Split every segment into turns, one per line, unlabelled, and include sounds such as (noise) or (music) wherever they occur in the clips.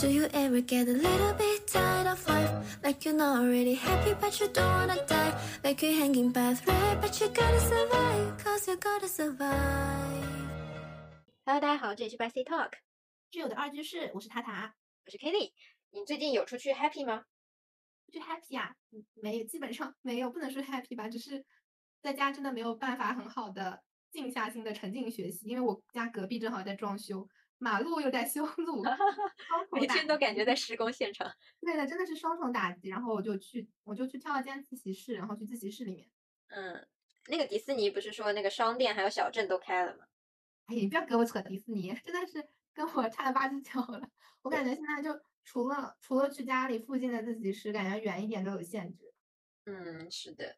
Do you ever get a little bit tired of life? Like you're not really happy, but you don't wanna die. Like you're hanging by a thread, but you gotta survive. Cause you gotta survive.
Hello，大家好，这里是 By C Talk，
挚友的二居室，我是塔塔。
我是 Kelly。你最近有出去 happy 吗？
就 happy 啊，嗯没，基本上没有，不能说 happy 吧，只是在家真的没有办法很好的静下心的沉浸学习，因为我家隔壁正好在装修，马路又在修
(laughs)
路，双重
每
打
天都感
击
觉在施工现场。
对的，真的是双重打击。然后我就去，我就去挑了间自习室，然后去自习室里面。
嗯，那个迪士尼不是说那个商店还有小镇都开了吗？
哎，你不要给我扯迪士尼，真的是跟我差了八只脚了。我感觉现在就除了除了去家里附近的自习室，感觉远一点都有限制。
嗯，是的。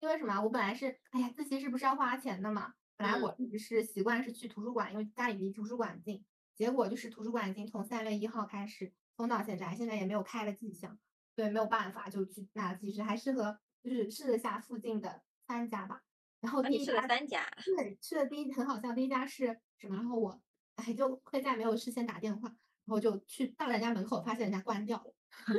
因为什么啊？我本来是，哎呀，自习室不是要花钱的嘛。本来
嗯
我一直是习惯是去图书馆，因为家里离图书馆近。结果就是图书馆已经从三月一号开始封到现在，现在也没有开的迹象，对，没有办法就去那自习室，还适合就是试了下附近的三家吧。然后
啊
第
你
一
去
家
了三家，
对，去了第一很好笑，第一家是什么？然后我哎就会在没有事先打电话，然后就去到人家门口，发现人家关掉了。
(laughs)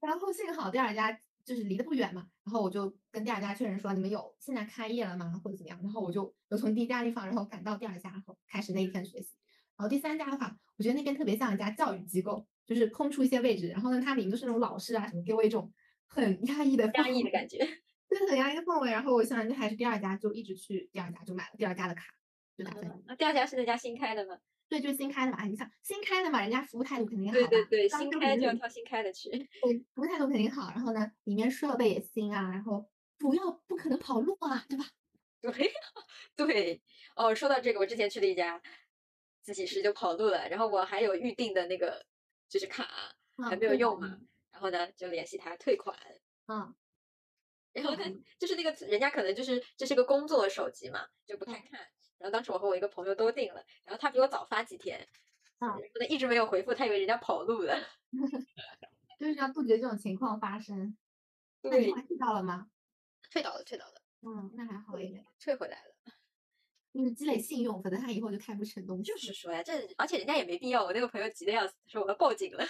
然后幸好第二家就是离得不远嘛，然后我就跟第二家确认说你们有现在开业了吗，或者怎么样？然后我就有从第一家地方，然后赶到第二家，然后开始那一天学习。然后第三家的话，我觉得那边特别像一家教育机构，就是空出一些位置，然后呢，它里面都是那种老师啊什么，给我一种很压抑的
压
氛
抑的
围
感觉。 (laughs)
对，很压抑的氛围。然后我想就还是第二家，就一直去第二家，就买了第二家的卡，就打算、
嗯那第二家是那家新开的吗？
对，就是新开的嘛。哎你想新开的嘛，人家服务态度肯定好
对对
吧
对，
当
新
时
开
里
就要
面
挑新开的去。
对，服务态度肯定好。然后呢，里面设备也新啊，然后不要不可能跑路啊，对吧？
对 (laughs) 对，哦，说到这个，我之前去了一家自习室就跑路了，然后我还有预定的那个就是卡
啊
还没有用
嘛
嘛，，然后呢就联系他退款，
啊，
然后他
嗯
就是那个人家可能就是这是个工作手机嘛，就不太看。然后当时我和我一个朋友都订了，然后他比我早发几天，
嗯
然后呢一直没有回复，他以为人家跑路了。 (laughs)
就是要杜绝这种情况发生。那你
对
还，遇到了吗？
退倒了，退倒了，
嗯，那还好一点，
退回来了。
就是积累信用，否则他以后就开不成东西。
就是说呀，这而且人家也没必要。我那个朋友急的要死，他说我要报警了，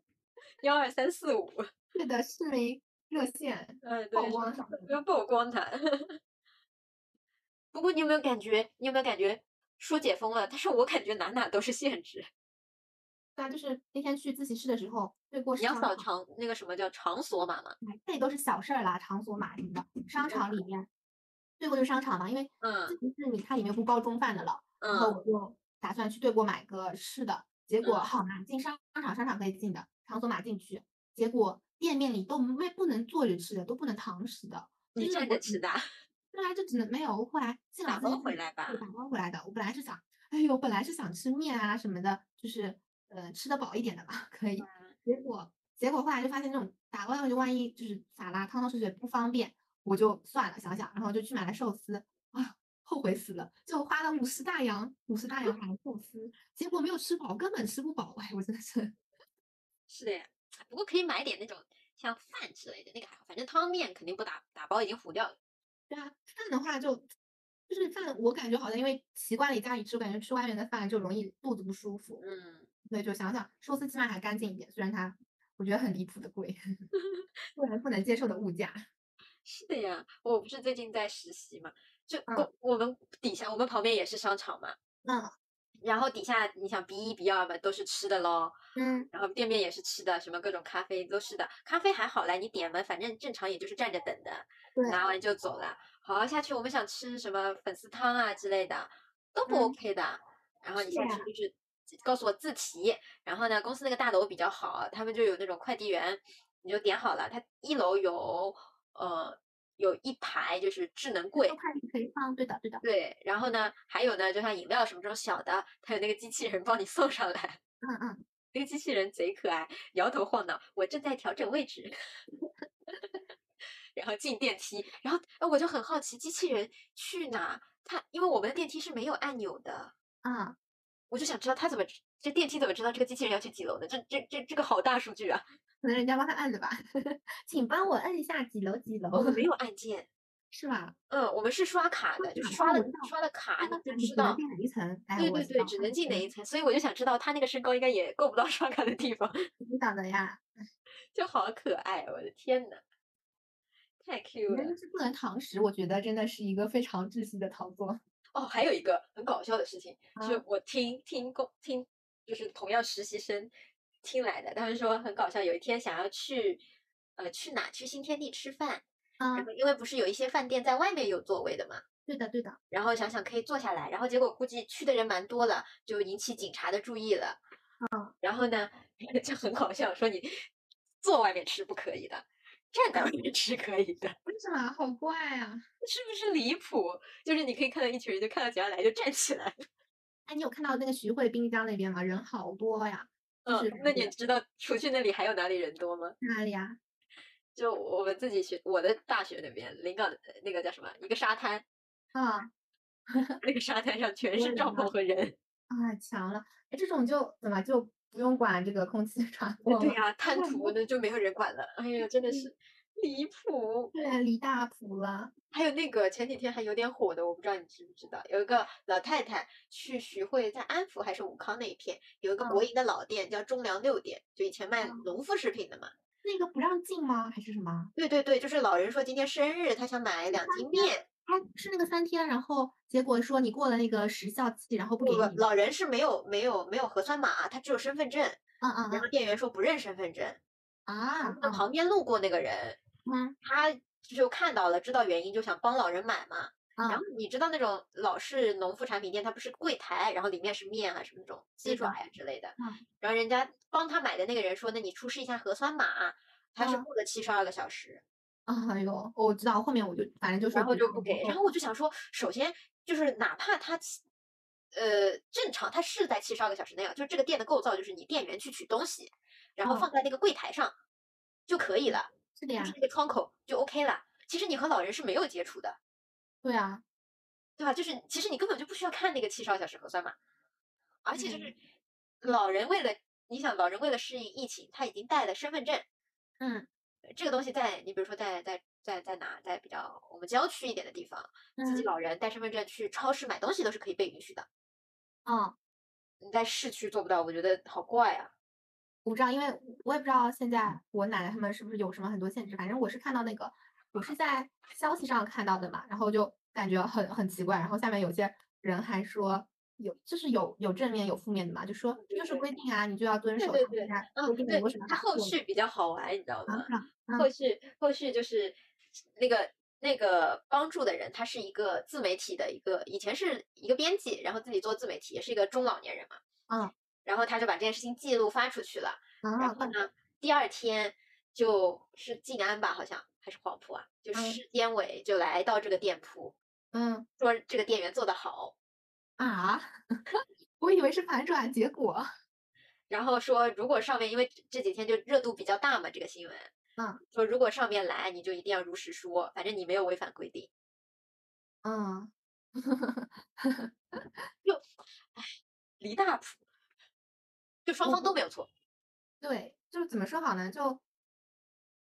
(laughs) 幺二三四 (laughs) 五，
对的，市民热线
嗯，
曝
对，
光什么的
不要曝光他。 (laughs) 不过你有没有感觉？你有没有感觉说解封了？但是我感觉哪哪都是限制。
对啊，就是那天去自习室的时候，对过
你要
商
扫
场
场那个什么叫场所码嘛？
哎这都是小事儿啦，场所码什么的，商场里面，对过就商场嘛，因为
嗯
自习室你它里面不包中饭的了，然后
嗯，
我就打算去对过买个吃的，结果
嗯
好嘛，进商场商场可以进的，场所码进去，结果店面里都没不能坐着吃的，都不能堂食的，就
你
是
站
我
着吃的啊，
对啊，就只能没有。后来进
打
了自习
包回
室
来吧
对。打包回来的。我本来是想，哎呦，本来是想吃面啊什么的，就是呃吃得饱一点的嘛， (laughs) 可以。结果结果后来就发现这种打包回去，万一就是撒拉汤汤水水不方便，我就算了，想想，然后就去买了寿司，啊，后悔死了，就花了五十大洋，五十大洋买了寿司，结果没有吃饱，根本吃不饱，哎，我真的是，
是的呀，不过可以买点那种像饭之类的，那个还好，反正汤面肯定不打打包已经糊掉了。
对啊，饭的话就就是饭，我感觉好像因为习惯了家里吃，我感觉吃外面的饭就容易肚子不舒服，
嗯，
对，就想想寿司起码还干净一点，虽然它我觉得很离谱
(laughs)
的贵，不然不能接受的物价。
是的呀，我不是最近在实习嘛，就
嗯
公我们底下我们旁边也是商场嘛，
嗯
然后底下你想 B 一 B 二嘛都是吃的咯，
嗯，
然后店面也是吃的，什么各种咖啡都是的，咖啡还好啦，你点嘛，反正正常也就是站着等的，
对
拿完就走了。好，下去我们想吃什么粉丝汤啊之类的，都不
嗯
OK 的。然后你
是啊
下
呀
去就是告诉我自提，然后呢，公司那个大楼比较好，他们就有那种快递员，你就点好了。它一楼有呃有一排就是智能柜
都，快递可以放，对的对的，
对，然后呢还有呢，就像饮料什么这种小的，它有那个机器人帮你送上来。
嗯嗯，
那个机器人贼可爱，摇头晃脑，我正在调整位置， (laughs) 然后进电梯，然后呃我就很好奇机器人去哪？它因为我们的电梯是没有按钮的，
啊、
我就想知道它怎么知这电梯怎么知道这个机器人要去几楼的？这这这这个好大数据啊！
(laughs) 可能人家帮他按的吧，请帮我摁一下几楼几楼
我。们没有按键，
是吧？
嗯，我们是刷卡的，就是
卡
刷
哦我
了
知道
刷了卡，
那
啊你就
你
知
只能
道。
进哪一层？哎，
对
我
对
知
对，
道
只
了
能进哪
嗯
一层，所以我就想知道他那个身高应该也够不到刷卡的地方， (laughs)
知道的呀。
就好可爱，我的天呐，太 Q
但
了。
就是不能堂食，我觉得真的是一个非常窒息的
(laughs)
操作。
哦，还有一个很搞笑的事情，就是
啊
我听听公听，就是同样实习生听来的，他们说很搞笑。有一天想要去，呃，去哪？去新天地吃饭，然
啊，
后因为不是有一些饭店在外面有座位的嘛，
对的对的，
然后想想可以坐下来，然后结果估计去的人蛮多了，就引起警察的注意了。然后呢， (laughs) 就很搞笑，说你坐外面吃不可以的，站在外面吃可以的， (laughs)
为什么好怪啊？
是不是离谱？就是你可以看到一群人，就看到警察来就站起来。
哎，你有看到那个徐汇滨江那边吗？人好多呀，就
嗯
是，
那你知道除去那里还有哪里人多吗？
那里啊？
就我们自己学，我的大学那边，临港的那个叫什么，一个沙滩， (laughs)
啊，
那个沙滩上全
多
是
人
帐
啊
篷和人。
啊，强了！哎，这种就怎么就不用管这个空气 (laughs) 传播
呃对
了？
呀、贪
哇嗯
图那就没有人管了。哎呀，真的是离谱。
对，啊离大谱了。
还有那个前几天还有点火的，我不知道你知不知道，有一个老太太去徐汇，在安福还是武康那一片，有一个国营的老店叫中粮六店，就以前卖
嗯
农副食品的嘛。
那个不让进吗？还是什么？
对对对，就是老人说今天生日，他想买两斤
天
面，
他是那个三天，然后结果说你过了那个时效期，然后不
不
给
不
你
不，
了。
老人是没有没有没有核酸码，他只有身份证。
嗯嗯
然后店员说不认身份证，
嗯
那
啊
旁边路过那个人，
嗯
他就看到了，知道原因，就想帮老人买嘛。然
嗯
后你知道那种老式农副产品店，它不是柜台，然后里面是面啊什么那种鸡
对
爪
的
呀之类的。
嗯
然后人家帮他买的那个人说：“那你出示一下核酸码。”啊他是
嗯
过了七十二个小时，
嗯，哎呦，我知道，后面我就反正就说
然后就不
用哦
给。然
后
后我就想说，首先就是哪怕他七，呃，正常他是在七十二个小时内啊，就是这个店的构造就是你店员去取东西，然后
嗯
放在那个柜台上就可以了，
是
就
的呀
是，那个窗口就 OK 了。其实你和老人是没有接触的，
对啊，
对吧？就是其实你根本就不需要看那个七十二小时核酸码，而且就是
嗯
老人为了你想，老人为了适应疫情，他已经带了身份证，
嗯
呃这个东西在你比如说在在在在哪，在比较我们郊区一点的地方，自己
嗯
老人带身份证去超市买东西都是可以被允许的。
嗯，
你在市区做不到，我觉得好怪啊！
我不知道，因为我也不知道现在我奶奶他们是不是有什么很多限制，反正我是看到那个，我是在消息上看到的嘛，然后就感觉很很奇怪，然后下面有些人还说有就是有有正面有负面的嘛，就说这
对
就是
对
规定啊，你就要遵
对
守
对
它，
对，
不然
嗯，
规定你
对
为什么，
它
还
后
做
续比嗯较好玩，你知道
啊
吗？
是吧？
后续后续就是那个那个帮助的人，他是一个自媒体的一个，以前是一个编辑，然后自己做自媒体，也是一个中老年人嘛。
嗯。
然后他就把这件事情记录发出去了，
嗯
然
啊，
后
怪不
呢，第二天就是静安吧，好像还是黄埔啊，就
嗯
市监委就来到这个店铺，
嗯
说这个店员做得好，
啊， (laughs) 我以为是反转结果，
然后说如果上面因为这这几天就热度比较大嘛，这个新闻，
嗯，
说如果上面来你就一定要如实说，反正你没有违反规定。
嗯，
离大谱，就双
我
方都没有错。
对，就是怎么说好呢？就，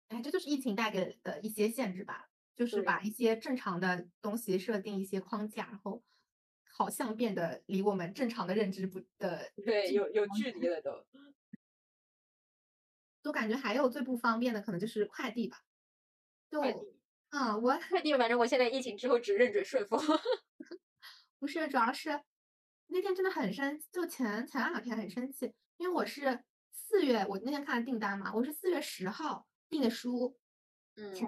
哎，这就是疫情带给的一些限制吧，就是
对
把一些正常的东西设定一些框架，然后好像变得离我们正常的认知不的，
对，有有
方
距离了都。
就感觉还有最不方便的可能就是快递吧。就
快递，
啊，我
快递，反正我现在疫情之后只认准顺丰。
不是，主要是那天真的很生，就前前两天很生气，因为我是四月，我那天看的订单嘛，我是四月十号订的书，前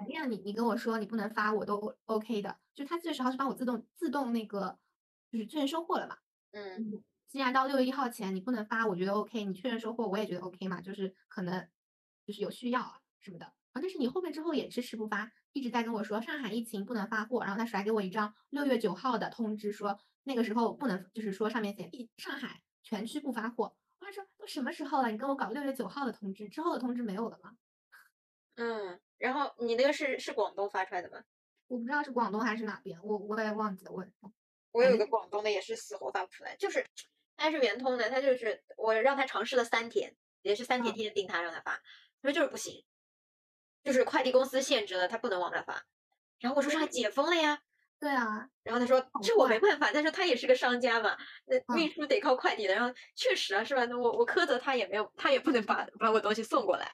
(laughs) 嗯，
面你你跟我说你不能发，我都 OK 的，就他四月十号是帮我自动自动那个就是确认收货了嘛。
嗯，
嗯，既然到六月一号前你不能发，我觉得 OK，你确认收货我也觉得 OK 嘛，就是可能就是有需要啊什么的。啊，但是你后面之后也迟迟不发，一直在跟我说上海疫情不能发货，然后他甩给我一张六月九号的通知说，那个时候不能，就是说上面写一上海全区不发货。我还说都什么时候了，你跟我搞六月九号的通知，之后的通知没有了吗？
嗯，然后你那个是是广东发出来的吗？
我不知道是广东还是哪边，我我也忘记了，我
我
反
有
正
个广东的也是死活发不出来，就是他是圆通的，他就是我让他尝试了三天，也是三天
嗯
天天盯他让他发，他说就是不行，就是快递公司限制了他不能往那发。然后我说上海解封了呀，
对啊，
然后他说
好
这我没
怪
办法，但是他也是个商家嘛，那
嗯
运输得靠快递的。然后确实啊，是吧？那我我苛责他也没有，他也不能把把我东西送过来。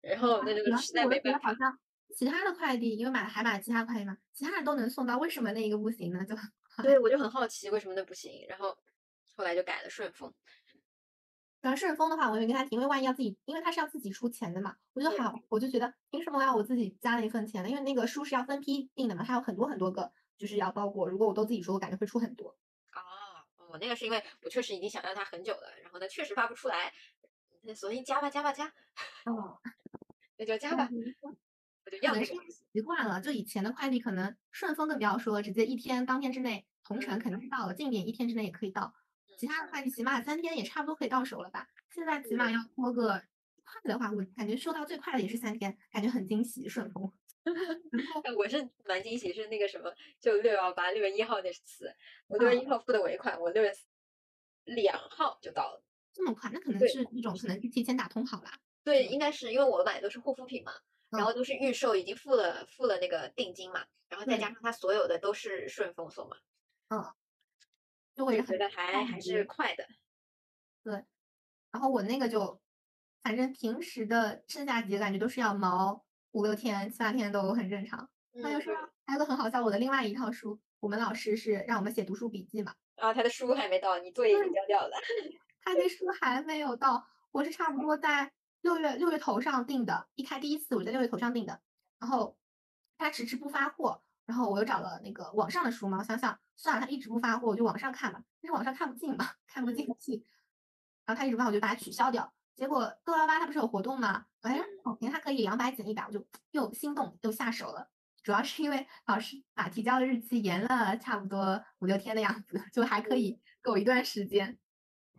然后那
主
就
要
实
是
在
我
没
觉得
办法，
好像其他的快递，因为买还买其他快递嘛，其他的都能送到，为什么那一个不行呢？就
对我就很好奇为什么那不行。然后后来就改了顺丰，
主要顺丰的话，我也跟他提，因为万一要自己，因为他是要自己出钱的嘛，我就
对
好，我就觉得凭什么要我自己加了一份钱呢？因为那个书是要分批订的嘛，它有很多很多个，就是要包裹。如果我都自己出，我感觉会出很多。
啊，我那个是因为我确实已经想要它很久了，然后呢确实发不出来，那所以加吧加吧加，
哦，
那就加
那
吧，
你说
我就
嗯可
要
能
这
是
个
因
东
为
西。
习惯了，就以前的快递可能顺丰更不要说，直接一天当天之内同城肯定
嗯
是到了，近点一天之内也可以到。其他的快递起码三天也差不多可以到手了吧？现在起码要拖个快的话，我感觉收到最快的也是三天，感觉很惊喜。顺丰，然后
哎但我是蛮惊喜，是那个什么，就六幺八六月一号那次，我六月
嗯
一号付的尾款，我六月两号就到了。
这么快，那可能
对
是那种可能是提前打通好了。
对，应该是因为我买的都是护肤品嘛，然
嗯
后都是预售，已经付了付了那个定金嘛，然后再加
对
上它所有的都是顺丰送嘛，
就
我
会
就
很
觉得还
快
还
很
是
多
快的。
然后我那个就，反正平时的剩下几个感觉都是要忙五六天、七八天都很正常。那就
嗯
是还有个很好笑，我的另外一套书，我们老师是让我们写读书笔记嘛，
然后他的书还没到，你作业已经
对
交掉了。
他的书还没有到，我是差不多在六月六月头上订的，一开第一次我在六月头上订的，然后他迟迟不发货，然后我又找了那个网上的书嘛，我想想算了，他一直不发货，我就网上看吧，但是网上看不进嘛， (laughs) 看不进去，然后他一直不发，我就把它取消掉。结果六幺八它不是有活动嘛，我还说
嗯
哦，你看它可以两百减一百，我就又心动又下手了。主要是因为老师把提交的日期延了差不多五六天的样子，就还可
嗯
以够一段时间。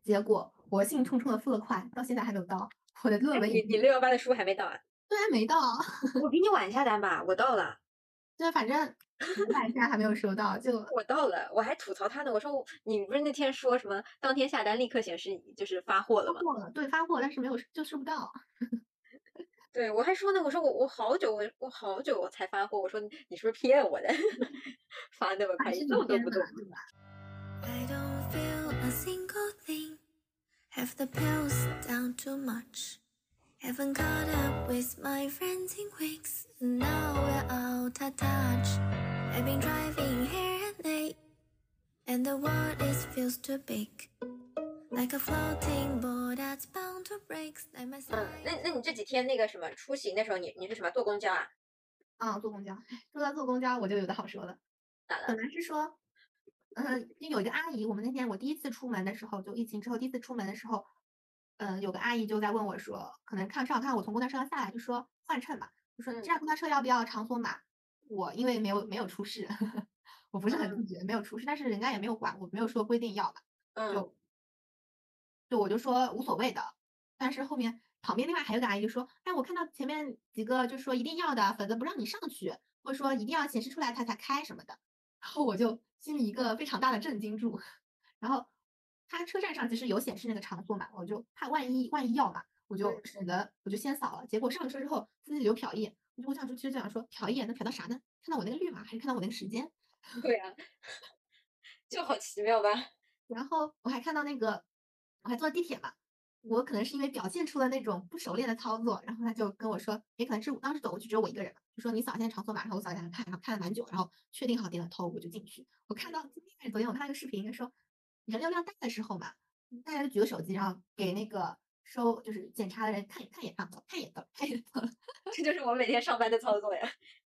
结果我兴冲冲的付了款，到现在还没有到，我的
哎
论文
你
已
你
经
六幺八的书还没到啊？
对还没到，
我比你晚下单吧，我到了，
对，反正五百现在还没有收
(laughs)
到，就
我到了，我还吐槽他呢。我说我你不是那天说什么当天下单立刻显示你就是发货了
发
(laughs) 吗？
货了，对，发货了，但是没有就收不到。
对我还说呢，我说我我好久我我好久我才发货，我说你你是不是骗我的？ (laughs) 发那哎么
还
快，
是
一
你
动都
编
不
的
动
嘛，。对吧？
I don't feel a single thing. Have the pills down too much. Haven't caught up with my friends in weeks. and Now we're out of touch. I've been driving here and there, and the world is feels too big. Like a floating board that's bound to break. Like my
嗯，那
side.
那你这几天那个什么出行的时候你，你是什么坐公交啊？
啊，坐公交， (laughs) 说到坐公交，我就有的好说了。
咋了
本？来是说，嗯，就有一个阿姨，我们那天我第一次出门的时候，就疫情之后第一次出门的时候，嗯，有个阿姨就在问我说，可能看正好看我从公交车上下来，就说换乘吧，就说这
嗯
辆公交车要不要长锁码？我因为没有没有出事， (laughs) 我不是很自觉，没有出事，但是人家也没有管，我没有说规定要嘛，
嗯，
就就我就说无所谓的，但是后面旁边另外还有个阿姨就说，哎，我看到前面几个就说一定要的，否则不让你上去，或者说一定要显示出来它才开什么的。然后我就心里一个非常大的震惊住。然后它车站上其实有显示那个场所嘛，我就怕万一万一要嘛，我就省得我就先扫了。结果上了车之后，司机就瞟一眼，我就我想说，其实就想说瞟一眼能瞟到啥呢？看到我那个绿码还是看到我那个时间？
对啊， (laughs) 就好奇妙吧？ (laughs)
然后我还看到那个，我还坐地铁嘛，我可能是因为表现出了那种不熟练的操作，然后他就跟我说，也可能是我当时走过去只有我一个人嘛，就说你扫现在场所码，然后我扫一下看，然后看了蛮久，然后确定好点了头，我就进去。我看到今天还是昨天我看到一个视频，应该说人流量大的时候嘛，大家就举个手机，然后给那个收就是检查的人看一看一眼，看一眼的，看一眼的。
这就是我每天上班的操作呀。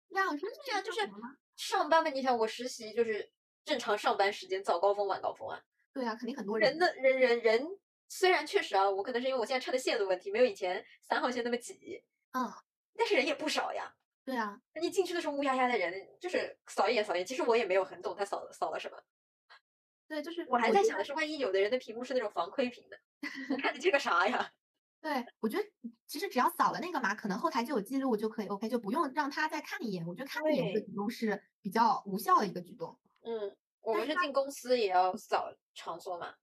对啊，我说
对啊，就是
叫什么吗
上班嘛，你想我实习就是正常上班时间，早高峰晚高峰啊。
对啊，肯定很多
人
人。
的人人人虽然确实啊，我可能是因为我现在穿的线路问题，没有以前三号线那么挤，
嗯，
但是人也不少呀。
对啊，
你进去的时候乌压压的人，就是扫一眼扫一眼。其实我也没有很懂他扫扫了什么，
对，就是
我还
觉
在
得
想的是，万一有的人的屏幕是那种防窥屏的，你看你这个啥呀？
对，我觉得其实只要扫了那个码，可能后台就有记录就可以 OK，就不用让他再看一眼。我觉得看一眼这
对
个举动是比较无效的一个举动。
(laughs) 嗯，我
但
们
是
是
它
进公司也要扫场所嘛，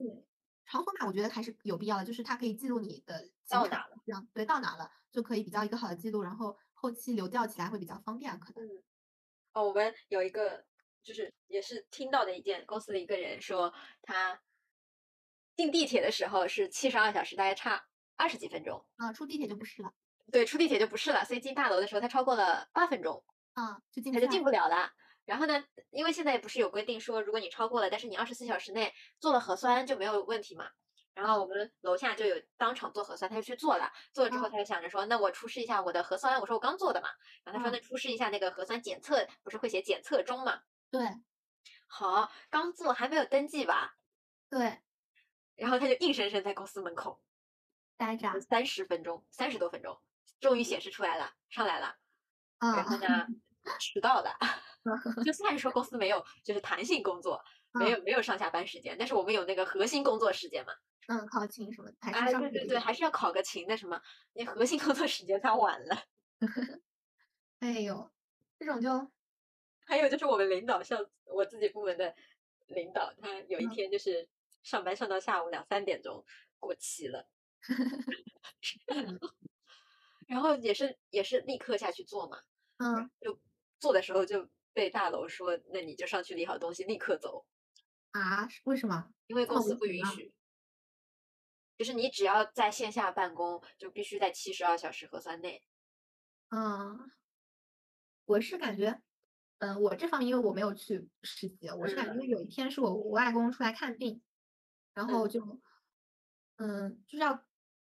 长锁码我觉得还是有必要的，就是它可以记录你的行
到
程
哪了？
这样对到哪了就可以比较一个好的记录，然后后期流调起来会比较方便。可能
嗯，哦，我们有一个就是也是听到的一件公司的一个人说，他进地铁的时候是七十二小时，大概差二十几分钟。
啊，出地铁就不是了，
对，出地铁就不是了，所以进大楼的时候他超过了八分钟，
啊，就进
他就
不去
进
了
不了了。然后呢，因为现在不是有规定说，如果你超过了，但是你二十四小时内做了核酸就没有问题嘛。然后我们楼下就有当场做核酸，他就去做了，做了之后
嗯
他就想着说，那我出示一下我的核酸，我说我刚做的嘛。然后他说那
嗯
出示一下那个核酸检测，不是会写检测中嘛？
对
好，刚做还没有登记吧？
对，
然后他就硬生生在公司门口
待着
三十分钟，三十多分钟，终于显示出来了，上来了。
啊
然后呢，迟到
(laughs)
了。就虽然说公司没有就是弹性工作，没
嗯
有没有上下班时间，但是我们有那个核心工作时间嘛。
嗯，考勤什么的，还
哎，
是上
对
去
对对，还是要考个勤的什么，那核心工作时间太晚了。 (laughs)
哎呦，这种就
还有就是我们领导，像我自己部门的领导，他有一
嗯
天就是上班上到下午两三点钟过期
(laughs)
了，
嗯
(laughs) 然后也是也是立刻下去做嘛，
嗯
就做的时候就被大楼说，那你就上去理好东西，立刻走，
啊，是为什么？
因为
这
公
么
司
无
不
情
允
啊
许。就是你只要在线下办公，就必须在七十二小时核酸内。
嗯，我是感觉，嗯，我这方面因为我没有去实习，我是感觉有一天是我我外公出来看病，然后
嗯
就，嗯，就是要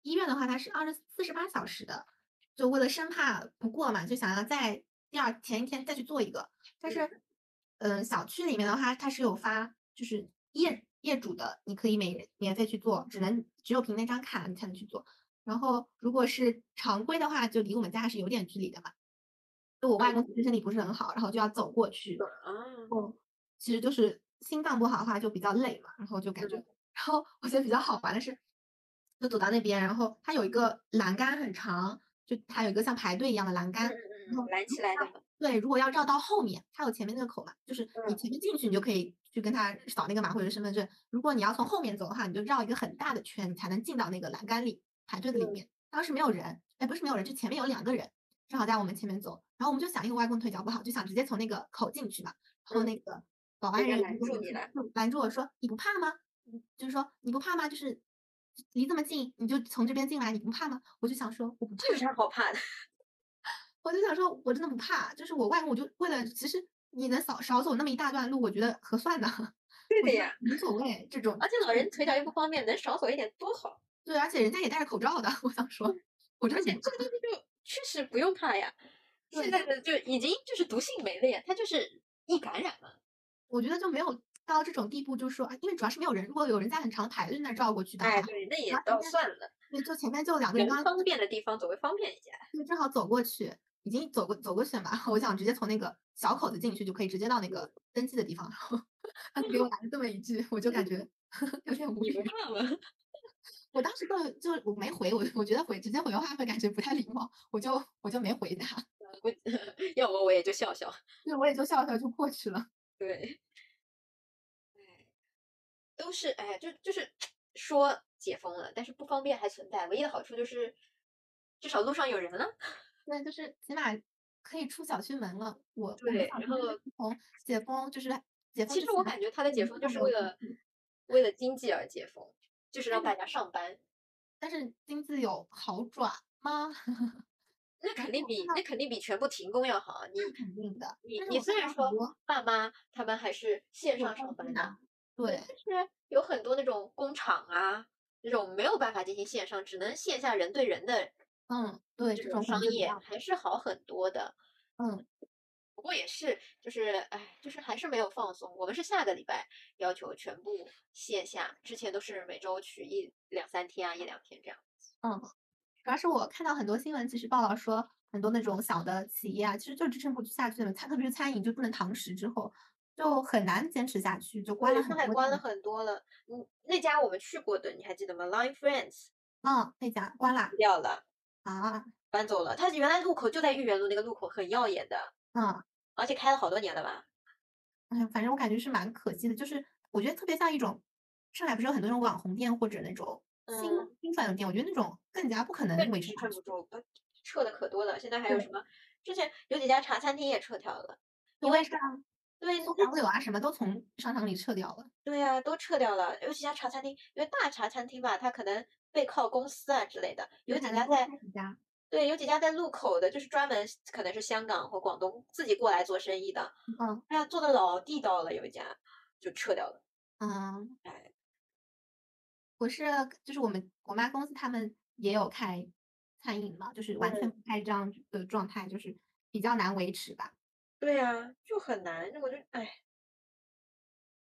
医院的话，它是二十四十八小时的，就为了生怕不过嘛，就想要在第二前一天再去做一个，但是，嗯，小区里面的话，它是有发就是业业主的，你可以每免费去做，只能只有凭那张卡你才能去做。然后如果是常规的话，就离我们家还是有点距离的嘛。就我外公其实身体不是很好，然后就要走过去，
啊，
后其实就是心脏不好的话就比较累嘛，然后就感觉，然后我觉得比较好玩的是，就走到那边，然后它有一个栏杆很长，就它有一个像排队一样的栏
嗯
杆，
嗯
然后
嗯，拦
如
起
果
来
要
的。
对，如果要绕到后面，它有前面那个口嘛，就是你
嗯
前面进去，你就可以去跟他扫那个码或者身份证。如果你要从后面走的话，你就绕一个很大的圈，你才能进到那个栏杆里排队的里
嗯
面。当时没有人，哎，不是没有人，就前面有两个人，正好在我们前面走。然后我们就想，因为外公腿脚不好，就想直接从那个口进去嘛。然后
嗯
那个保
人
安
家
人
拦住
就过
你
去
了，
就拦住我说：“你不怕吗？”嗯就是说你不怕吗？就是离这么近，你就从这边进来，你不怕吗？我就想说我不怕
这有啥好怕的？
我就想说，我真的不怕，就是我外公，我就为了，其实你能少少走那么一大段路，我觉得合算的， (laughs)
对
我
的
觉得
呀，
无所谓这种。
而且老人腿脚又不方便，能少走一点多好。
对，而且人家也戴着口罩的，我想说，我觉
嗯而
得
且
不
这个东西就确实不用怕呀。现
对
在的就已经就是毒性没了呀，它就是易感染嘛。
我觉得就没有到这种地步，就是说，啊因为主要是没有人，如果有人在很长的排队那儿绕过去的话，
哎，对，那也
然后
倒
现在
算了，
对，就前面就两个人
能
刚
方便的地方总会方便一下。
就正好走过去，已经走过走过去了嘛，我想直接从那个小口子进去，就可以直接到那个登记的地方，然后 (laughs) 他就给我来了这么一句，我就感觉 (laughs) 有点无
你
语
不。怕吗？ (laughs)
我当时都就我没回，我我觉得回直接回的话会感觉不太礼貌，我就我就没回答，
我要么我也就笑笑。
(laughs) 对，我也就笑笑就过去了。
对，哎，都是哎，就就是说解封了，但是不方便还存在。唯一的好处就是，至少路上有人
啊
了。
对，就是起码可以出小区门了。我我
对
们小
然
区就是
后
从解封就是解封
其
之
实我
前
感觉它的解
嗯
封
都
就是
没
为
有
了
出去
为了经济而解封，就是让
嗯
大家上班。
但是经济有好转吗？ (laughs)
嗯那肯定比那肯定比全部停工要好啊。你
那肯定的。
你
但是
你
我
虽
看
然
到
说
很多
爸妈他们还是线
有
上
报
上班
道
的，
对，
但是有很多那种工厂啊，那种没有办法进行线上，只能线下人对人的
嗯，对，
这
这
种
种可
商
能就比
业
较
还是好很多的。
嗯
不过也是，就是哎，就是还是没有放松。我们是下个礼拜要求全部线下，之前都是每周去一两三天啊，一两天这样。
嗯，主要是我看到很多新闻，其实报道说很多那种小的企业啊，其实就支撑不下去了，餐特别是餐饮就不能堂食之后，就很难坚持下去，就关
对
了
上
很
海
多
关了
店。
很多了，嗯，那家我们去过的，你还记得吗？Line Friends
嗯，那家关啦
掉了，
啊，
搬走了。它原来路口就在豫园路那个路口，很耀眼的，
嗯，
而且开了好多年了吧？
哎，反正我感觉是蛮可惜的，就是我觉得特别像一种上海不是有很多那种网红店或者那种新
嗯
新传的店，我觉得那种更加不可能
更
维持
支
下
撑
去。
不住，呃撤的可多了。现在还有
对
什么？之前有几家茶餐厅也撤掉了，
因为上对松杨柳啊什么都从商场里撤掉了。
对呀、都撤掉了，有几家茶餐厅，因为大茶餐厅吧，它可能背靠公司啊之类的，有几
还
家
能多
在
开几家，
对，有几家在路口的，就是专门可能是香港或广东自己过来做生意的，
嗯
哎呀，做的老地道了，有一家就撤掉了。
嗯
哎，
我是就是我们我妈公司他们也有开餐饮嘛，就是完
嗯
全不开张的状态，就是比较难维持吧。
对呀、就很难，我就哎，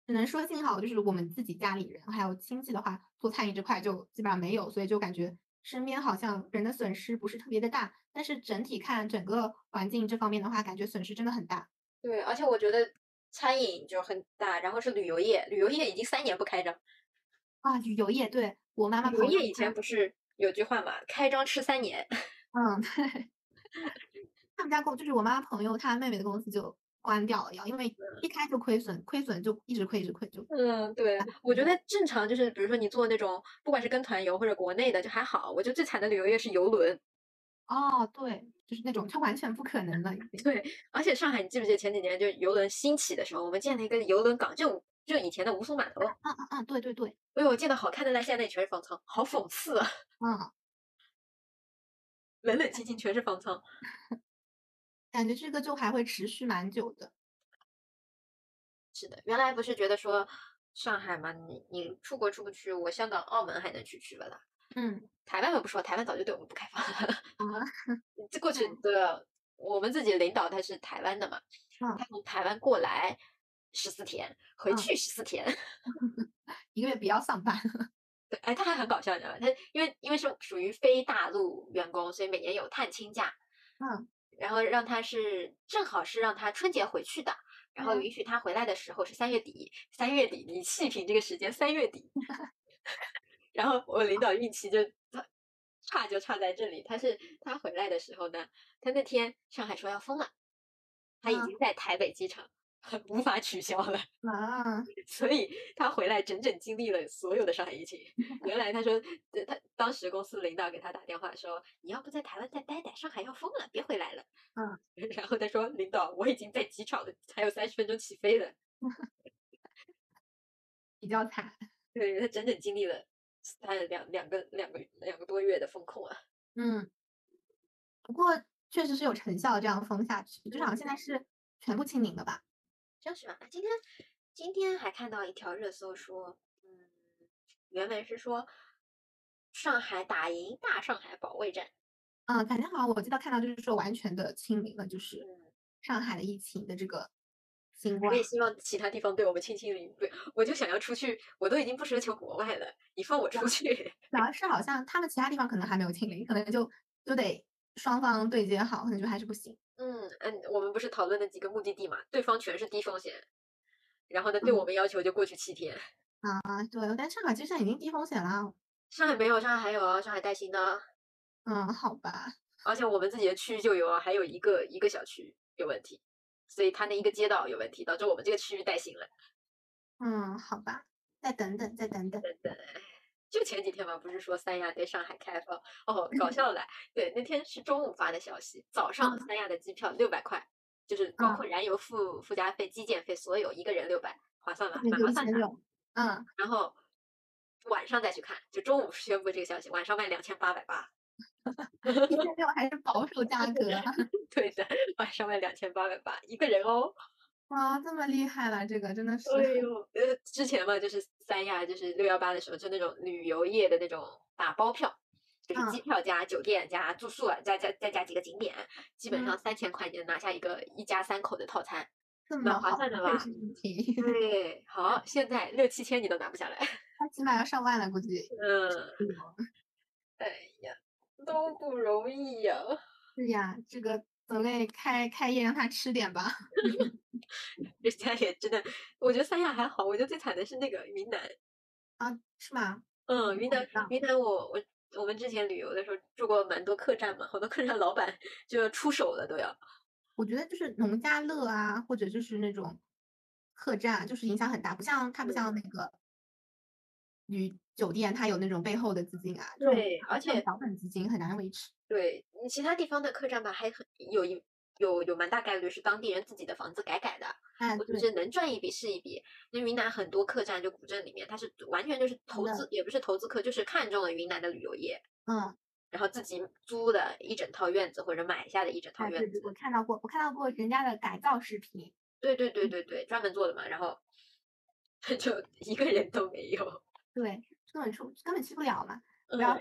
只能说幸好就是我们自己家里人还有亲戚的话，做餐饮这块就基本上没有，所以就感觉身边好像人的损失不是特别的大，但是整体看整个环境这方面的话，感觉损失真的很大。
对，而且我觉得餐饮就很大，然后是旅游业，旅游业已经三年不开张，
啊，旅游业对我妈妈
旅游
朋友
业以前不嗯是有句话嘛，开张吃三年。
嗯，对，他们家公就是我妈妈朋友她妹妹的公司就关掉了，要因为一开就亏损，亏损就一直亏一直亏就。
嗯，对，我觉
嗯
得正常就是，比如说你做那种，不管是跟团游或者国内的，就还好。我觉得最惨的旅游业是游轮，
哦，对，就是那种就完全不可能了已经。
对。而且上海，你记不记得前几年就游轮兴起的时候，我们建了一个游轮港，就就以前的吴淞码头。
啊啊啊！对对对，
哎呦，建的好看的那现在那全是方舱，好讽刺啊！
嗯，
冷冷清清全是方舱。
感觉这个就还会持续蛮久的。
是的，原来不是觉得说上海嘛，你你出国出不去，我香港、澳门还能去去吧啦。
嗯
台湾嘛不说，台湾早就对我们不开放了。
啊，
这过去的我们自己领导他是台湾的嘛，
嗯
他从台湾过来十四天，回
嗯
去十四天。 (laughs)
一个月不要上班。
对，哎，他还很搞笑，你知道吗？他因为因为是属于非大陆员工，所以每年有探亲假。
嗯，
然后让他是正好是让他春节回去的，然后
嗯
允许他回来的时候是三月底，三月底你细品这个时间，三月
(laughs)
底。 (laughs) 然后我领导运气就他差就差在这里，他是他回来的时候呢，他那天上海说要封了，他已
嗯
经在台北机场无法取消了，
啊，
所以他回来整整经历了所有的上海疫情。原来他说，对他当时公司领导给他打电话说，你要不在台湾再待待，上海要封了，别回来了。
嗯，
(laughs) 然后他说，领导，我已经在机场了，还有三十分钟起飞了。
(laughs) 比较惨。
对他整整经历了他的两两个两个两个多月的风控啊。
嗯，不过确实是有成效，这样封下去，至少现在是全部清零了吧？
真是吧？啊今天今天还看到一条热搜说，嗯，原文是说上海打赢大上海保卫战。
嗯，反正好像我记得看到就是说完全的清零了，就是
嗯，
上海的疫情的这个新
我
冠
也。希望其他地方对我们亲亲邻，对，我就想要出去，我都已经不奢求国外了，你放我出去。
主要是好像他们其他地方可能还没有清零，可能就就得双方对接好，可能就还是不行。
嗯嗯，我们不是讨论了几个目的地嘛，对方全是低风险，然后呢，对我们要求就过去七天。
啊，对，但上海其实已经低风险了。
上海没有，上海还有啊，上海带薪的，
嗯，好吧，
而且我们自己的区域就有啊，还有一个一个小区有问题，所以他那一个街道有问题，导致我们这个区域带薪了。
嗯，好吧，再等等，再等等。
等等，就前几天嘛，不是说三亚对上海开放？哦，
嗯
搞笑了。对，那天是中午发的消息，早上三亚的机票六百块，就是包
嗯
括燃油附附加费、机检费，所有一个人六百，划算吧？
对，
蛮
就
划
一
算
千
的。
六。嗯，
然后晚上再去看，就中午宣布这个消息，晚上卖两千八百八。 (laughs)
一千六还是保守价格啊
对的，晚上卖两千八百八一个人哦。
哇，这么厉害了，这个真的是。
哎呦，呃，之前嘛，就是三亚，就是六幺八的时候，就那种旅游业的那种打包票，就是
嗯
机票加酒店加住宿啊，加加再加几个景点，基本上三千块钱拿下一个一家三口的套餐。
这
蛮
么
划
好
算的
确
吧
实不便宜
对，好，现在六七千你都拿不下来。
它起码要上万了，估计。
嗯，哎呀，都不容易呀、 (laughs)
是呀，这个总得开开业让他吃点吧。 (laughs)
人家也真的，我觉得三亚还好，我觉得最惨的是那个云南。
啊，是吗？
嗯，云
我
南
知道
云南我，我我们之前旅游的时候住过蛮多客栈嘛，好多客栈老板就要出手了都要。
我觉得就是农家乐啊，或者就是那种客栈，就是影响很大，不像它
嗯
不像那个旅酒店，它有那种背后的资金啊，这种
对而
这种
且
小本资金很难维持。
对你其他地方的客栈吧，还很有一有有蛮大概率是当地人自己的房子改改的，
哎，
我就
对
是能赚一笔是一笔。那云南很多客栈就古镇里面，它是完全就是投
的
资，也不是投资客，就是看中了云南的旅游业，
嗯，
然后自己租的一整套院子或者买下的一整套
哎，对
院
对，
子。
我看到过，我看到过人家的改造视频，
对对
嗯
对对对，专门做的嘛，然后 (laughs) 就一个人都没有。
对，根本出根本去不了嘛，
嗯
然后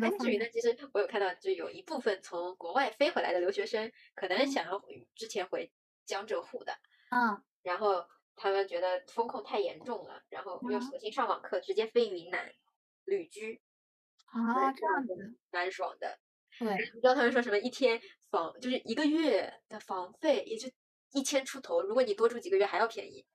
哎
家都
但
放
是云南其实我有看到，就有一部分从国外飞回来的留学生，可能想要回之前回江浙沪的，
嗯，
然后他们觉得风控太严重了，然后又
啊
索性上网课，直接飞云南旅居，
啊，
对
这样子，
蛮爽的。 (laughs)
对，
你知道他们说什么？一天房就是一个月的房费也就一千出头，如果你多住几个月还要便宜。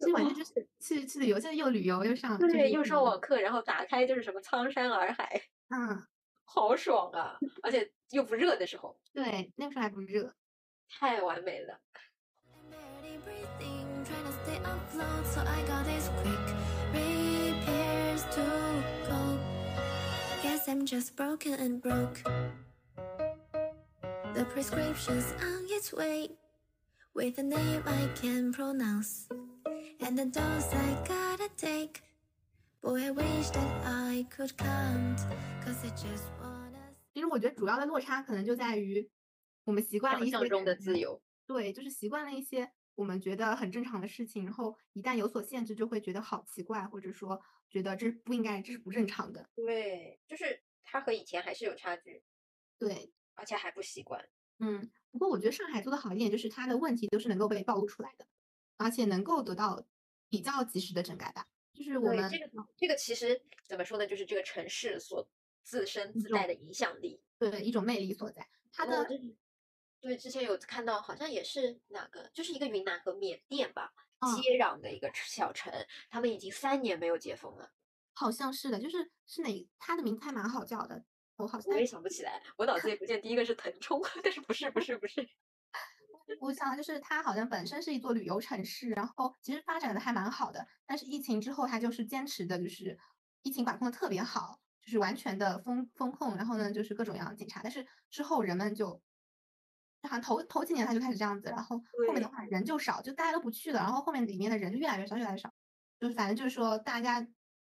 这完全就是去去旅游，现在又旅游又上，就是
哦对，又上
旅游
网，课，然后打开就是什么苍山洱海， (laughs)
嗯，
好爽啊！而且又不热的时候，
对，那个时候还不热，
太完美了。
I'm barely breathing, trying to stay afloat, so I got these quick repairs to go. Guess I'm just broken and broke. The prescription's on its way, with a name I can pronounce, and the dose I gotta take. Boy, I wish that I could count, cause I just wanna.
其实我觉得主要的落差可能就在于我们习惯了
想
一
象
些
中的
感
自
觉，
由，
对，就是习惯了一些我们觉得很正常的事情，然后一旦有所限制，就会觉得好奇怪，或者说觉得这不应该，这是不正常的，
对，就是它和以前还是有差距，
对，
而且还不习惯。
嗯，不过我觉得上海做的好一点，就是它的问题都是能够被暴露出来的，而且能够得到比较及时的整改吧。就是我
对
们
这个这个其实怎么说呢，就是这个城市所自身
一
自带
种
的影响力。
对一种魅力所在，它
哦
的
对对，之前有看到，好像也是哪个，就是一个云南和缅甸吧，
嗯
接壤的一个小城，他们已经三年没有解封了，
好像是的，就是是哪它的名字还蛮好叫的，我好像
我也想不起来，我脑子里不见第一个是腾冲，但是不是不是不 (laughs) 是，
我想就是它好像本身是一座旅游城市，然后其实发展的还蛮好的，但是疫情之后它就是坚持的就是疫情管控的特别好，就是完全的封封控，然后呢就是各种样的警察，但是之后人们就。就好像头头几年它就开始这样子，然后后面的
对
话人就少，就大家都不去了，然后后面里面的人就越来越少，越来越少，就是反正就是说大家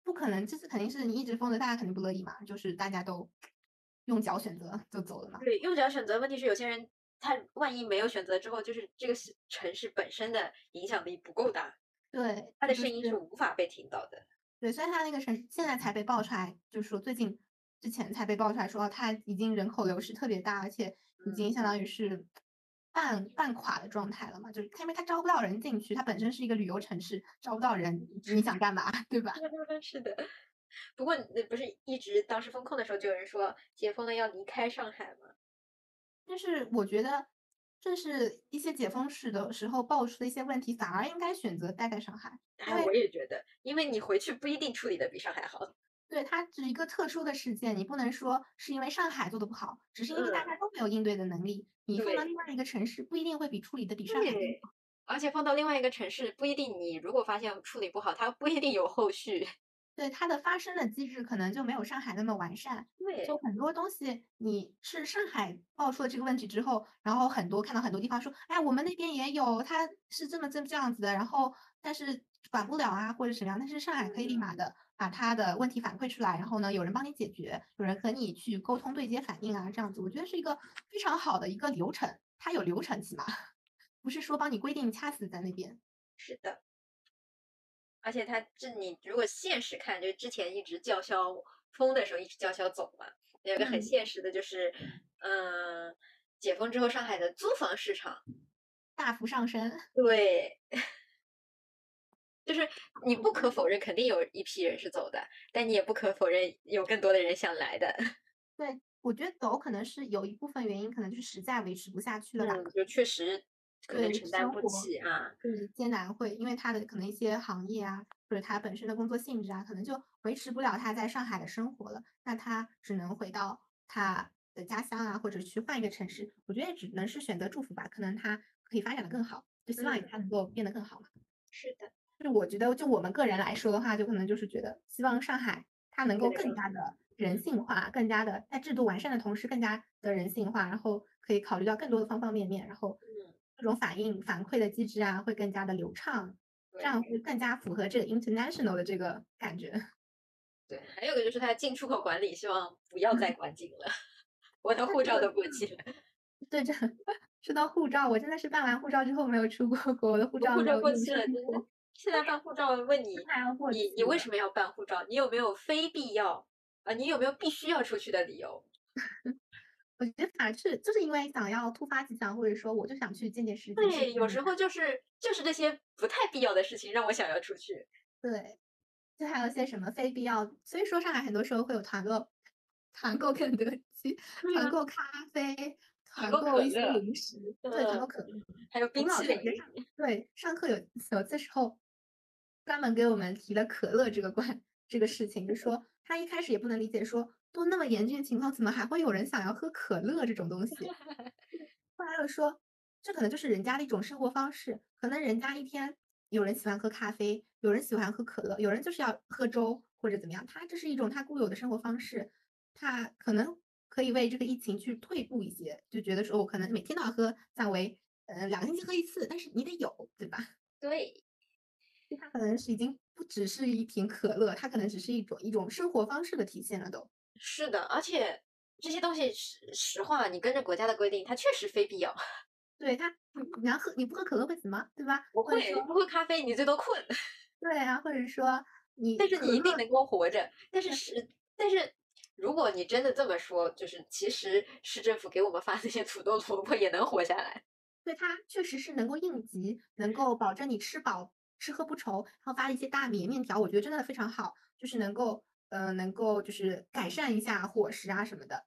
不可能，这次肯定是你一直封着，大家肯定不乐意嘛，就是大家都用脚选择就走了嘛，
对，用脚选择问题是有些人他万一没有选择之后，就是这个是城市本身的影响力不够大，
对，
它的
就
声音
是
是无法被听到的。
对，所以它那个城市现在才被爆出来，就是说最近之前才被爆出来说，它已经人口流失特别大，而且已经相当于是半半垮的状态了嘛。就是它因为它招不到人进去，它本身是一个旅游城市，招不到人，你想干嘛， (laughs) 对吧？
(laughs) 是的，不过你不是一直当时封控的时候就有人说解封了要离开上海吗？
但是我觉得，正是一些解封时的时候爆出的一些问题，反而应该选择待在上海。
哎，我也觉得，因为你回去不一定处理的比上海好。
对，它只是一个特殊的事件，你不能说是因为上海做的不好，只是因为大
嗯
家都没有应对的能力。你放到
对
另外一个城市，不一定会比处理的比上海更
对而且放到另外一个城市，不一定你如果发现处理不好，它不一定有后续。 (laughs)
对它的发生的机制可能就没有上海那么完善，
对
就很多东西你是上海爆出了这个问题之后，然后很多看到很多地方说，哎，我们那边也有，它是这么这这样子的，然后但是管不了啊或者什么样，但是上海可以立马的把它的问题反馈出来，然后呢有人帮你解决，有人和你去沟通对接反应啊这样子，我觉得是一个非常好的一个流程，它有流程起码 (laughs) 不是说帮你规定掐死在那边，
是的。而且它这你如果现实看，就之前一直叫嚣封的时候一直叫嚣走嘛，有个很
嗯
现实的就是，嗯、解封之后上海的租房市场，
大幅上升，
对。就是你不可否认，肯定有一批人是走的，但你也不可否认有更多的人想来的。
对。我觉得走可能是有一部分原因，可能就实在维持不下去了吧。
嗯，就确实可能
对
承担
生
不
活
起啊。
就是艰难会，因为他的可能一些行业啊，或者他本身的工作性质啊，可能就维持不了他在上海的生活了，那他只能回到他的家乡啊，或者去换一个城市。我觉得也只能是选择祝福吧，可能他可以发展的更好，就希望
嗯
他能够变得更好嘛。
是的，
就是我觉得，就我们个人来说的话，就可能就是觉得希望上海它能够
对
更加的人性化，更加的在制度完善的同时更加的人性化，然后可以考虑到更多的方方面面，然后
嗯，
这种反应反馈的机制啊会更加的流畅，这
对
样会更加符合这个 international 的这个感觉。 (laughs)
对，还有个就是它的进出口管理，希望不要
(laughs)
再管紧了，我的护
这
照
个
都过期了，
对，这说到护照，我真的是办完护照之后没有出过国，我的护
我
照
护
没
照
有
过
用
期了，
上
真的
(laughs) 过。。
现在办护照问你，
还要过
你你为
期
什么要办护照？你有没有非必要啊？你有没有必须要出去的理由？
我觉得反而是就是因为想要突发奇想，或者说我就想嗯去见见世界。
对，有时
候
候就是就是这些不太必要的事情让我想要出
(laughs)
去。
对，就还有一些什么非必要，所以说上海很多时候会有团购，团购肯德基，团购咖啡，团
购
购
可
一些
乐
零食，对，团购
呃
可乐。
还有
我
冰
们老
淇
师也
淋，
上对上课有有的时候专门给我们提了可乐这个关 (laughs) 这个事情，就说他一开始也不能理解说，都那么严峻的情况，怎么还会有人想要喝可乐这种东西？ (laughs) 后来又说，这可能就是人家的一种生活方式，可能人家一天有人喜欢喝咖啡，有人喜欢喝可乐，有人就是要喝粥或者怎么样，他这是一种他固有的生活方式，他可能可以为这个疫情去退步一些，就觉得说我可能每天都要喝，降为呃两个星期喝一次，但是你得有，对吧？
对，
就它可能是已经不只是一瓶可乐，它可能只是一种一种生活方式的体现了都。
是的，而且这些东西实实话，你跟着国家的规定，它确实非必要。
对它，你你要喝你不喝可乐会死吗？对吧？
不
或者
会
说
不喝咖啡，你最多困，
对啊，或者说你
但是
可
你一定
(laughs) 乐
能够活着。但是是，但是如果你真的这么说，就是其实市政府给我们发那些土豆萝卜也能活下来。
对它确实是能够应急，能够保证你吃饱吃喝不愁。然后发了一些大米面条，我觉得真的非常好，就是能够呃能够就是改善一下伙食啊什么的。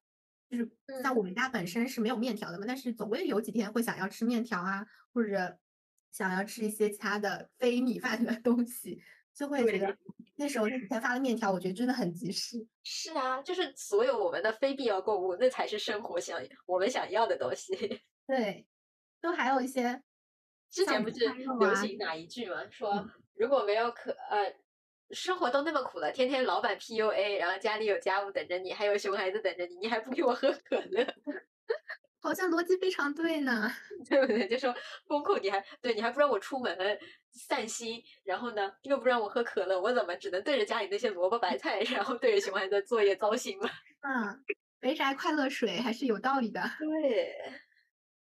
就是像
嗯
我们家本身是没有面条的嘛，但是总归有几天会想要吃面条啊，或者想要吃一些其他的非米饭的 (laughs) 东西，就会觉
对
得那时候那几天发的面条，我觉得真的很及时。
是啊，就是所有我们的非必要购物，那才是生活想我们想要的东西。
对，就还有一些
之
像
前不
午
是
餐肉
流
啊
行哪一句吗？说如果没有可呃，生活都那么苦了，天天老板 PUA，然后家里有家务等着你，还有熊孩子等着你，你还不给我喝可乐， (laughs)
好像逻辑非常对呢。
对不对？就说风控你还对你还不让我出门散心，然后呢又不让我喝可乐，我怎么只能对着家里那些萝卜白菜，然后对着熊孩子的作业糟心 (laughs) 了？
嗯，肥宅快乐水还是有道理的。
对，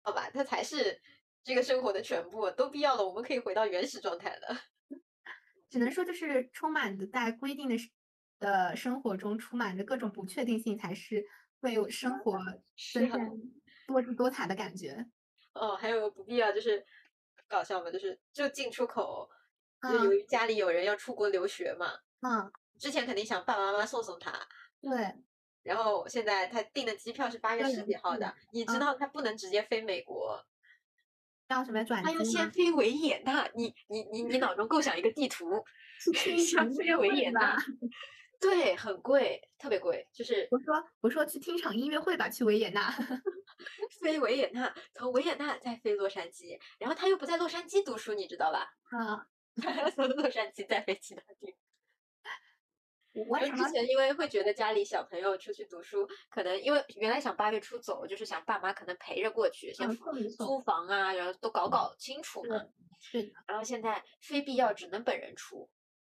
好吧，它才是这个生活的全部，都必要了，我们可以回到原始状态了。
只能说就是充满着在规定的生的生活中充满着各种不确定性，才是会有生活
是
真
啊，
正多姿多彩的感觉。
哦，还有个不必要就是搞笑嘛，就是就进出口，就由
嗯
于家里有人要出国留学嘛，
嗯，
之前肯定想爸爸妈妈送送他，
对
然后现在他订的机票是八月
要
十
邮
几号的，你知
嗯
道他不能直接飞美国，
叫什么转
他要
机
先
吗？
飞维也纳，你你你你脑中构想一个地
(laughs)
图，
是听
想
场音
飞
乐
维
会
也
吧
纳？， (laughs) 对，很贵，特别贵，就是
我说我说去听场音乐会吧，去维也纳。 (laughs)
飞维也纳，从维也纳再飞洛杉矶，然后他又不在洛杉矶读书，你知道吧？ (laughs)
啊，
他还要从洛杉矶再飞其他地方。
我我
就
想
之
到
前因为会觉得家里小朋友出去读书，可能因为原来想八月初走，就是想爸妈可能陪着过去，先
嗯
付
送一送，嗯
租房啊，然后都搞搞清楚
是
嘛。
是的，
然后现在非必要只能本人出，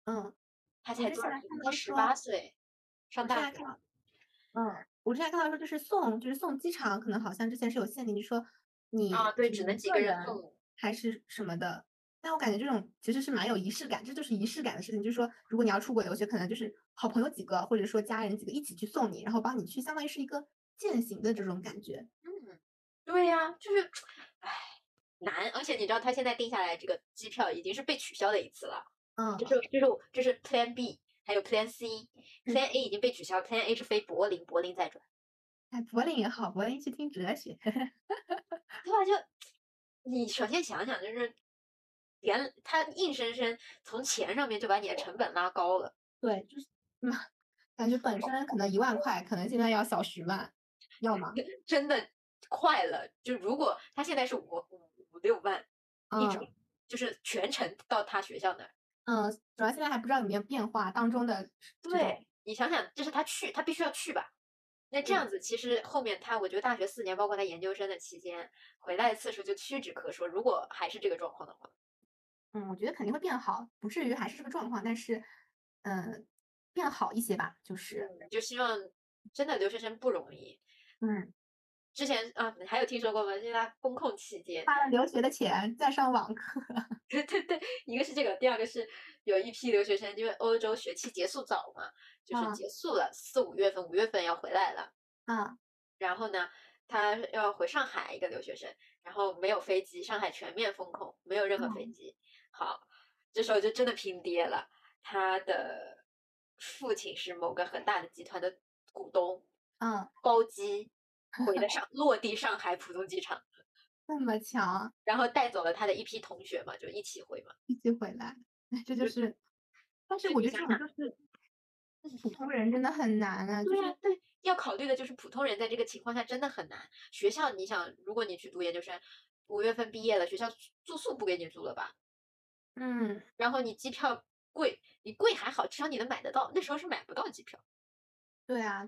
嗯，
他
我
才
之
多
前
少岁
还看？到
才十
说
八岁，上
我之前
大
还
学
看
了。
到，嗯，我之前看到说，就是送，就是送机场，可能好像之前是有限定，你说你
啊，对，
是
只
一
能几
个
个人
人
送。
还是什么的。但我感觉这种其实是蛮有仪式感，这就是仪式感的事情。就是说，如果你要出国留学，可能就是好朋友几个，或者说家人几个一起去送你，然后帮你去，相当于是一个践行的这种感觉。
嗯，对呀、就是，唉，难。而且你知道，他现在定下来这个机票已经是被取消的一次了，
嗯，
这是这是我这是 Plan B，还有 Plan C，Plan
嗯
A 已经被取消，Plan A 是飞柏林，柏林再转，
哎，柏林也好，柏林去听哲学， (laughs)
对吧？就你首先想想，就是连他硬生生从钱上面就把你的成本拉高了。 (laughs)
对，就是 (laughs) 嗯，感觉
哦
本身可能一万块，可能现在要小十万，要吗？
真的快了。就如果他现在是五五五六万一
嗯
种，就是全程到他学校那儿。
呃嗯，主要现在还不知道有没有变化，当中的这种
对你想想，这是他去，他必须要去吧？那
嗯
这样子，其实后面他，我觉得大学四年，包括他研究生的期间，回来的次数就屈指可数。如果还是这个状况的话，
嗯，我觉得肯定会变好，不至于还是这个状况，但是，呃，变好一些吧，就是，
就希望真的留学生不容易。
嗯，
之前啊，你还有听说过吗？就是他封控期间，
花了留学的钱再上网课，
对对对，一个是这个，第二个是有一批留学生，因为欧洲学期结束早嘛，就是
嗯
结束了四五月份，五月份要回来了。
啊，
然后呢，他要回上海一个留学生，然后没有飞机，上海全面封控，没有任何飞机。好，这时候就真的拼爹了。他的父亲是某个很大的集团的股东，
嗯，
包机回了上落地上海浦东机场，
那么强，
然后带走了他的一批同学嘛，就一起回嘛。
一起回来，哎，这就
对
是，但是
对
我
你
觉得这
想
种就是普通人真的很难啊，就
对呀、
是
对，要考虑的就是普通人在这个情况下真的很难。学校，你想，如果你去读研究生，五月份毕业了，学校住宿不给你住了吧？
嗯，
然后你机票贵，你贵还好，至少你能买得到。那时候是买不到机票，
对啊，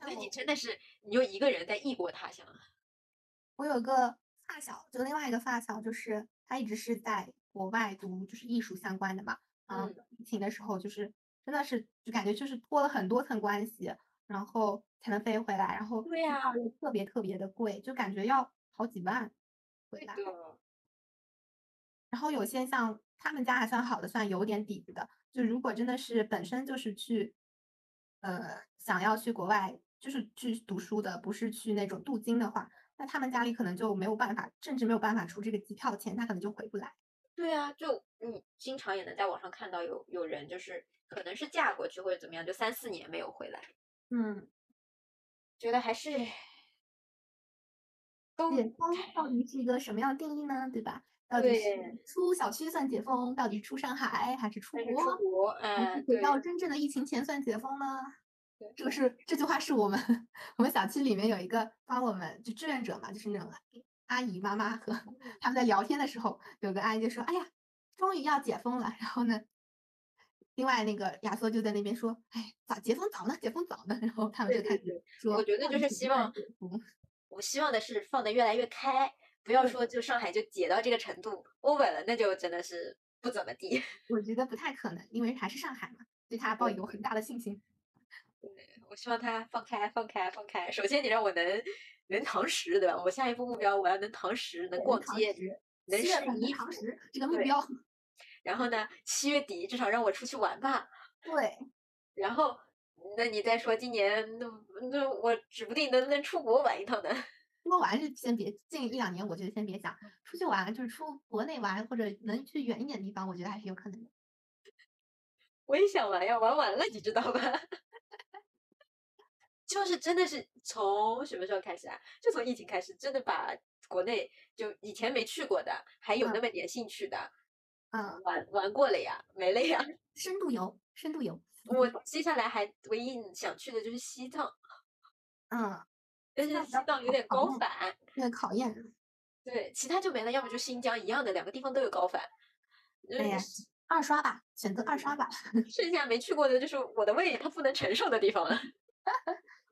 所
像
以你
我
真的是你就一个人在异国他乡。啊
我有个发小，就另外一个发小，就是他一直是在国外读，就是艺术相关的嘛。然后
嗯
疫情的时候，就是真的是就感觉就是托了很多层关系，然后才能飞回来，然后
对
机
呀
票又特别特别的贵，就感觉要好几万回来。
的，
然后有些像他们家还算好的，算有点底子的。就如果真的是本身就是去，呃，想要去国外，就是去读书的，不是去那种镀金的话，那他们家里可能就没有办法，甚至没有办法出这个机票钱，他可能就回不来。
对啊，就你经常也能在网上看到有有人就是可能是嫁过去或者怎么样，就三四年没有回来，
嗯，
觉得还是都
解封到底是一个什么样的定义呢？对吧？到底
对
是出小区算解封，到底出上海还是出
还是
国？
出国，
还
嗯，
是回
对
到真正的疫情前算解封呢？
对
这个是这句话是我们我们小区里面有一个帮我们就志愿者嘛，就是那种阿姨妈妈
哦
和他们在聊天的时候，有个阿姨就说：“哎呀，终于要解封了。”然后呢，另外那个亚索就在那边说：“哎，早解封早呢，解封早呢。”然后他们
对
就开
对
始
对
说：“
我觉得
到
就
底
是
什么
希
算
望
解封
我希望的是放得越来越开，不要
对
说就上海就解到这个程度 over 了，那就真的是不怎么地。 (laughs)
我觉得不太可能，因为还是上海嘛，对他抱有很大的信心。
我希望他放开，放开，放开。首先，你让我能能堂食，对吧？我下一步目标我要能堂食，能
对
逛
堂
街，
食
能
七月
试
份
衣
能
服
堂。食这个目
对
标，
然后呢，七月底至少让我出去玩吧。
对，
然后，那你再说今年那那我指不定能不能出国玩一趟呢？
出国玩是先别，近一两年我觉得先别想，
嗯
出去玩就是出国内玩或者能去远一点的地方，我觉得还是有可能的。
我也想玩呀，玩完了你知道吧？ (laughs) 就是真的是从什么时候开始啊？就从疫情开始，真的把国内就以前没去过的，还有
嗯
那么点兴趣的，
嗯，
玩玩过了呀，没了呀。
深度游，深度游，
我接下来还唯一想去的就是西藏，
嗯，
但是
藏比
西
较
藏有
好嗯
点
考
高
虑
反，
那个考验，
对，其他就没了，要么就新疆一样的，两个地方都有高反。嗯
呀二刷吧，选择二
嗯
刷吧。
剩下没去过的就是我的胃它不能承受的地方了，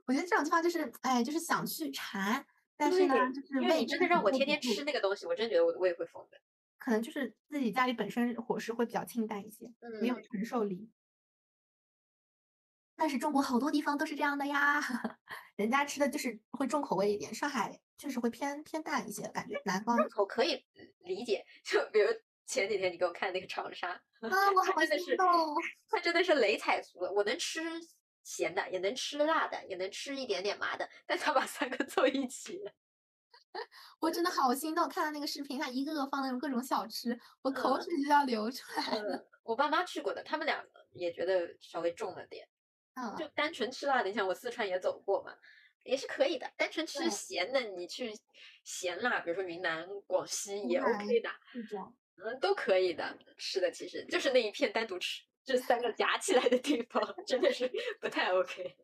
我觉得这种地方就是，哎，就是想去馋，但是呢
对，
就是
因为
嗯胃
你真的让我天天吃那
那，
个东西，我真觉得我的胃会疯的。
可能就是自己家里本身伙食会比较清淡一些，没有
嗯
承受力。但是中国好多地方都是这样的呀， (laughs) 人家吃的就是会重口味一点，上海确实会偏偏淡一些，感觉南方啊
重口可以理解，就比如前几天你给我看那个长沙，
啊，我
它
好
真的
心
是
动哦，
它真的是雷踩足了。我能吃咸的，也能吃辣的，也能吃一点点麻的，但它把三个凑一起了。
我真的好心动，看到那个视频，它一个个放那种各种小吃，我口
嗯
水就要流出来了。
嗯，我爸妈去过的，他们俩也觉得稍微重了点，
嗯，
就单纯吃辣的，你想我四川也走过嘛。也是可以的，单纯吃
对
咸的，你去咸辣，比如说云南、广西
云
也
南
OK 的，
是这样。
嗯，都可以的。是的，其实就是那一片单独吃，这三个夹起来的地方真的是不太 OK。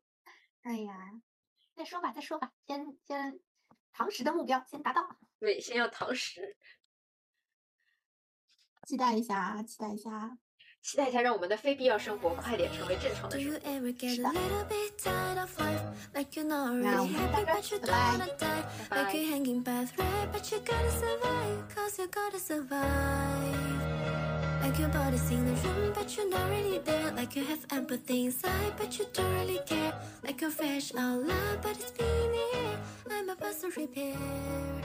哎呀，再说吧，再说吧，先先堂食的目标先达到，
对，先要堂食。
啊期待一下，期待一下。
期待一下，让我们的非必要生活快点成为正常
Do
的生
you
活。
ever get a
Stop.
little bit tired of life? Like you're not
Now.
really happy, but you don't
Bye.
wanna die. Like
Bye.
you're hanging by a thread, but you gotta survive. Cause you gotta survive. Like your body's in the room, but you're not really there. Like you have empathy inside, but you don't really care. Like you're fresh out loud, but it's been here. I'm a person repair.